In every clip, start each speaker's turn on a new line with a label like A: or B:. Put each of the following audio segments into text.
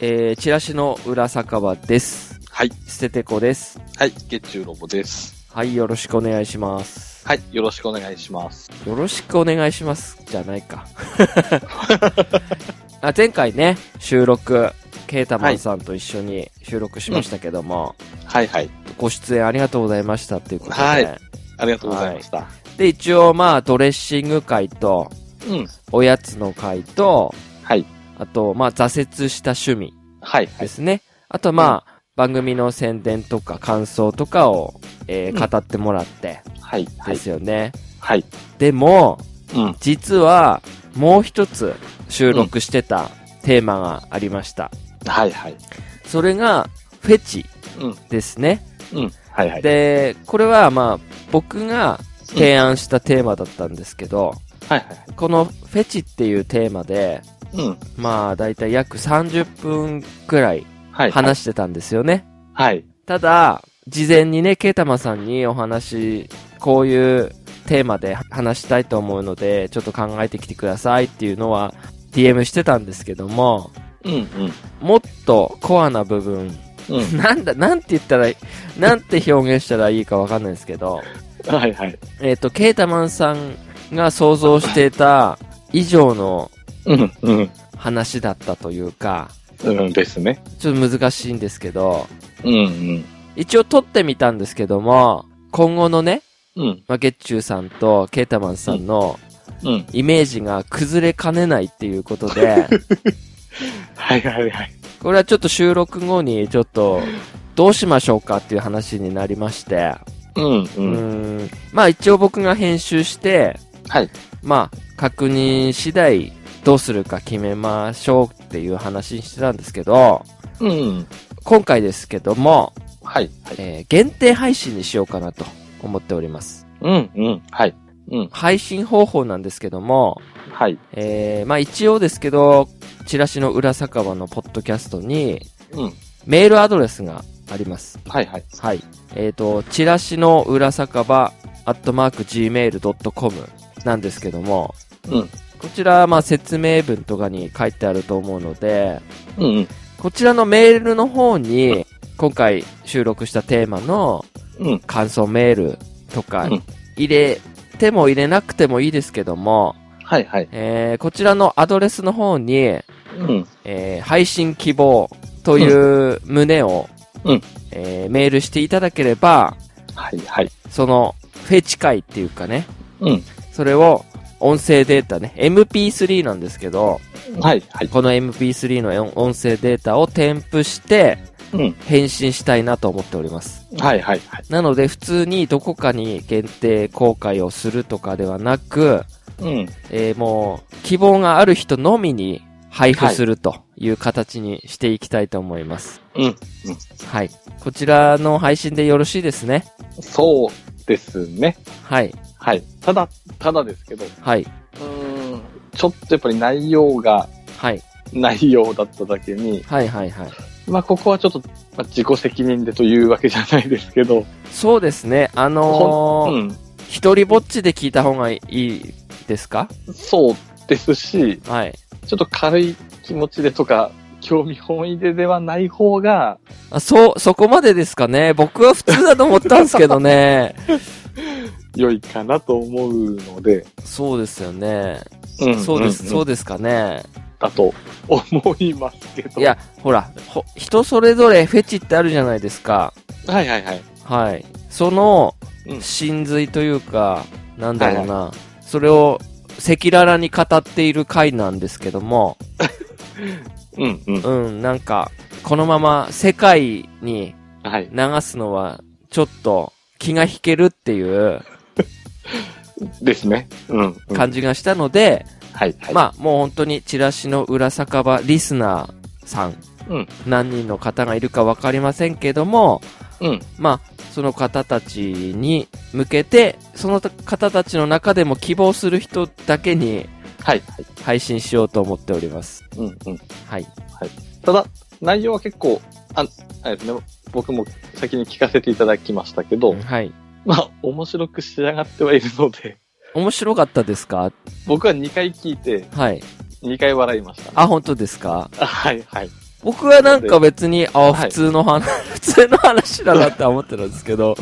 A: えー、チラシの裏酒場です。
B: はい。
A: 捨ててこです。
B: はい。月中ロボです。
A: はい、よろしくお願いします。
B: はい。よろしくお願いします。
A: よろしくお願いします。じゃない か。あ前回ね、収録、ケータマンさんと一緒に収録しましたけども、
B: はいはい。
A: ご出演ありがとうございましたっていうことで。
B: はいありがとうございました。
A: で、一応まあ、ドレッシング会と、
B: うん。
A: おやつの会と、
B: はい。
A: あと、まあ、挫折した趣味
B: はいは
A: で
B: い。
A: すね。あと、まあ、番組の宣伝とか感想とかを、えー
B: うん
A: 語ってもらって、
B: はいは
A: で
B: い。
A: すよね。
B: はい。
A: でも、
B: うん。
A: 実は、もう一つ収録してたテーマがありました。
B: はいはい。
A: それが、フェチ
B: うん。
A: ですね。
B: うん。はいはい。
A: で、これは、まあ、僕が提案したテーマだったんですけど、
B: はいはいはい。
A: このフェチっていうテーマで、
B: うん。
A: まあ、だいたい約30分くらい
B: はい。
A: 話してたんですよね。
B: はい。
A: ただ、事前にね、ケータマさんにお話、こういうテーマで話したいと思うので、ちょっと考えてきてくださいっていうのは、DM してたんですけども、
B: うん
A: もっとコアな部分、
B: うん。うん。
A: なんだ、なんて言ったらいい、なんて表現したらいいかわかんないですけど、
B: はいはい。
A: えっ、と、ケータマンさんが想像していた以上の
B: うん。うん。
A: 話だったというか、
B: うんですね。
A: ちょっと難しいんですけど、
B: うんうん。
A: 一応撮ってみたんですけども、今後のね、
B: うん。
A: まあ、月中さんとケータマンさんの
B: うん。
A: イメージが崩れかねないっていうこと で、
B: はいはいはい。
A: これはちょっと収録後にちょっとどうしましょうかっていう話になりまして、
B: うん
A: う
B: うん。
A: ーん、まあ一応僕が編集して、
B: はい。
A: まあ確認次第どうするか決めましょうっていう話にしてたんですけど、
B: うん。
A: 今回ですけども、
B: はいはい。
A: えー限定配信にしようかなと思っております。
B: うんうん。はい。うん。
A: 配信方法なんですけども、
B: はい。
A: えーまあ一応ですけど、チラシの裏酒場のポッドキャストに
B: うん。
A: メールアドレスがあります。
B: はいはい。
A: はい。えっ、と、チラシの裏酒場、アットマーク gmail.com なんですけども、
B: うん。
A: こちら、まあ説明文とかに書いてあると思うので、
B: うんうん。
A: こちらのメールの方に、今回収録したテーマの
B: うん。
A: 感想メールとか
B: うん
A: 入れても入れなくてもいいですけども、
B: はいはい。
A: えーこちらのアドレスの方に、
B: うん。
A: えー配信希望という旨を、
B: うん
A: えーメールしていただければ、
B: はいはい。
A: そのフェチ会っていうかね、
B: うん。
A: それを音声データね、MP3 なんですけど、
B: はいはい。
A: この MP3 の音声データを添付して
B: うん。
A: 返信したいなと思っております。
B: はいはいはい。
A: なので普通にどこかに限定公開をするとかではなく、
B: うん。
A: えーもう希望がある人のみに配布するという形にしていきたいと思います。
B: うん。
A: はい。こちらの配信でよろしいですね。
B: そうですね。
A: はい。
B: はい。ただ、ただですけど、う
A: はい。
B: ーん、ちょっとやっぱり内容が
A: はい。
B: 内容だっただけに、
A: はいはいはい。
B: まあここはちょっと、まあ、自己責任でというわけじゃないですけど、
A: そうですね。あの
B: う
A: ー、
B: ん、
A: 一人ぼっちで聞いた方がいいですか
B: そうですし、
A: はい。
B: ちょっと軽い気持ちでとか、興味本位でではない方が、
A: あ、そう、そこまでですかね。僕は普通だと思ったんですけど ね。
B: 良いかなと思うので、
A: そうですよね。
B: うん
A: そうです、
B: ん
A: そうですかね。
B: だと思いますけど。
A: いや、、ほら、ほ人それぞれフェチってあるじゃないですか。
B: はいはいはい。
A: はい。その
B: う、ん
A: 真髄というか、なんだろうな、それを赤裸々に語っている回なんですけども、
B: うんうん。
A: うん、なんか、このまま世界に
B: はい。
A: 流すのは、ちょっと気が引けるっていう
B: ですね。うん、うん。
A: 感じがしたので、
B: はいはい。
A: まあ、もう本当にチラシの裏酒場リスナーさん、
B: うん
A: 何人の方がいるかわかりませんけども、
B: うん。
A: まあ、その方たちに向けて、その方たちの中でも希望する人だけに
B: はいはい。
A: 配信しようと思っております。
B: うんうん。
A: はい。
B: ただ、内容は結構、あ、あれですね、僕も先に聞かせていただきましたけど、
A: はい。
B: まあ、面白く仕上がってはいるので、
A: 面白かったですか
B: 僕は2回聞いて、
A: はい。
B: 2回笑いました、
A: あ、本当ですか
B: あはいはい。
A: 僕はなんか別に、あ、
B: はい
A: 普通の話、 普通の話だなって思ってるんですけど、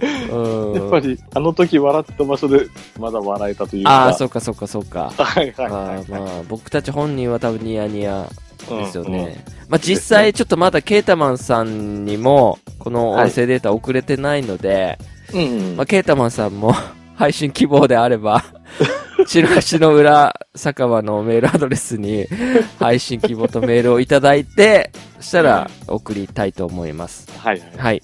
A: うん。
B: やっぱり、あの時笑った場所で、まだ笑えたというか。
A: ああ、そっかそっかそっか。
B: はいはいはい
A: あ
B: はい。
A: ーまあ、僕たち本人は多分ニヤニヤですよ
B: うんうん
A: ね。まあ実際ちょっとまだケータマンさんにも、この音声データ遅れてないので、
B: うん、
A: まあケータマンさんも 配信希望であれ ば、チラシの裏酒場のメールアドレスに配信希望とメールをいただいて、そしたら送りたいと思います。
B: はいはい。
A: はい。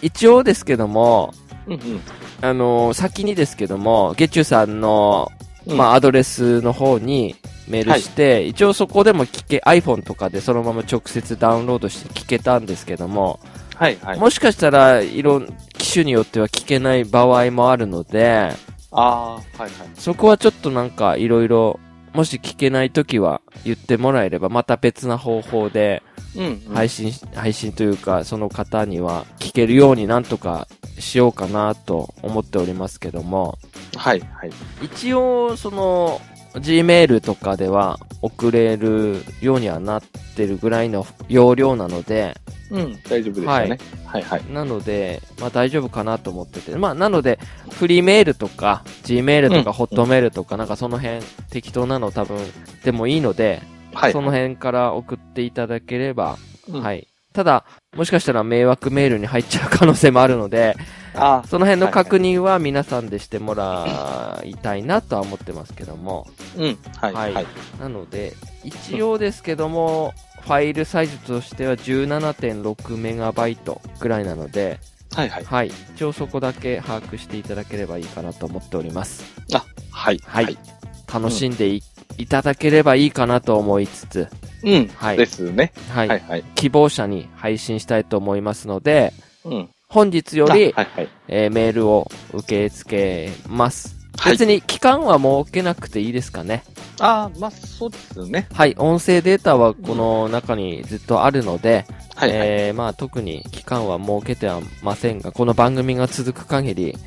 A: 一応ですけども、
B: うんうん
A: あのー先にですけども、ゲチュさんの
B: うん
A: まあ、アドレスの方にメールして、一応そこでも聞け、iPhone とかでそのまま直接ダウンロードして聞けたんですけども、
B: はいはい。
A: もしかしたら、いろん、機種によっては聞けない場合もあるので、
B: ああ、はいはい。
A: そこはちょっとなんかいろいろ、もし聞けないときは言ってもらえれば、また別な方法で
B: うん、うん。
A: 配信、配信というか、その方には聞けるようになんとかしようかなと思っておりますけども、
B: はいはい。
A: 一応その Gmail とかでは送れるようにはなってるぐらいの容量なので
B: うん、大丈夫でしたね。はいはい。
A: なのでまあ大丈夫かなと思っててまあなのでフリーメールとか Gmail とか
B: うん
A: Hotmail とかなんかその辺適当なの多分でもいいので
B: はい。
A: その辺から送っていただければ
B: うん
A: はいただもしかしたら迷惑メールに入っちゃう可能性もあるので
B: あ
A: その辺の確認は皆さんでしてもらいたいなとは思ってますけども
B: ーうん。はい
A: は
B: はいい。
A: なので、一応ですけども、ファイルサイズとしては17.6メガバイトぐらいなので、
B: はいはい。
A: はい。一応そこだけ把握していただければいいかなと思っております。
B: あ、はい。
A: はい。。楽しんでい,、いただければいいかなと思いつつ、
B: うん。
A: はい
B: ですね。
A: はい。
B: はいはい。
A: 希望者に配信したいと思いますので、
B: うん。
A: 本日よ
B: あはい
A: り、
B: はい。
A: えーメールを受け付けます。
B: はい
A: 別。に期間は設けなくていいですかね。
B: ああ、まあ、そうですね。
A: はい。音声データはこの中にずっとあるので、
B: はいはい。
A: えーまあ特に期間は設けてはませんが、この番組が続く限り、
B: うん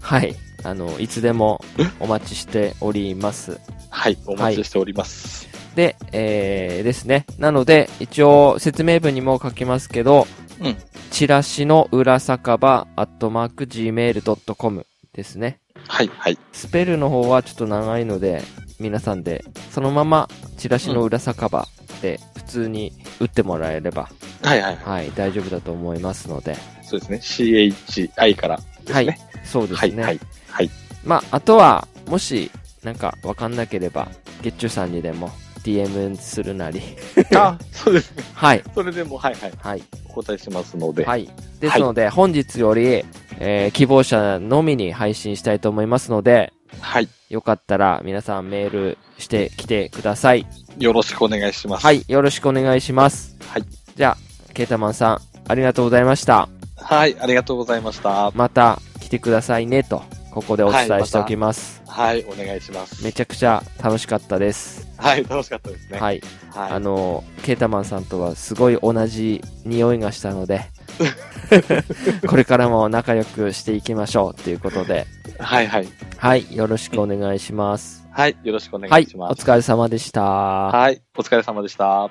A: はい、あの、いつでもお待ちしております。
B: はい。お待ちしております。
A: で、えーですね。なので、一応説明文にも書きますけど、
B: うん。
A: チラシの裏酒場、アットマーク、gmail.com ですね。
B: はいはい。
A: スペルの方はちょっと長いので、皆さんで、そのまま、チラシの裏酒場で、普通に打ってもらえれば、
B: はいはい。
A: はい、大丈夫だと思いますので、
B: そうですね。CHI からです
A: はい
B: ね。
A: そうですね。
B: はい はい。
A: まあ、あとは、もし、なんか、わかんなければ、ゲッチュさんにでも、DM するなり。
B: はい。あ、そうですね。
A: はい。
B: それでも、はいはい。
A: はい。
B: お答えしますので。
A: はい。ですので、本日より、えー希望者のみに配信したいと思いますので、
B: はい。
A: よかったら、皆さんメールしてきてください。
B: よろしくお願いします。
A: は。い。よろしくお願いします。
B: はい。
A: じゃあ、ケータマンさん、ありがとうございました。
B: はい。ありがとうございました。
A: また来てくださいね、と、ここでお伝
B: はい
A: え
B: また
A: しておきます。
B: はい。お願いします。
A: めちゃくちゃ楽しかったです。
B: はい。楽しかったですね。
A: はい。
B: はい。
A: あの、ケータマンさんとはすごい同じ匂いがしたの で、これからも仲良くしていきましょうということで、
B: はいはい。
A: はい、よろしくお願いします。
B: はい。よろしくお願
A: はいい、
B: し
A: お
B: ます。
A: 疲れ様でした。
B: はい。お疲れ様でした。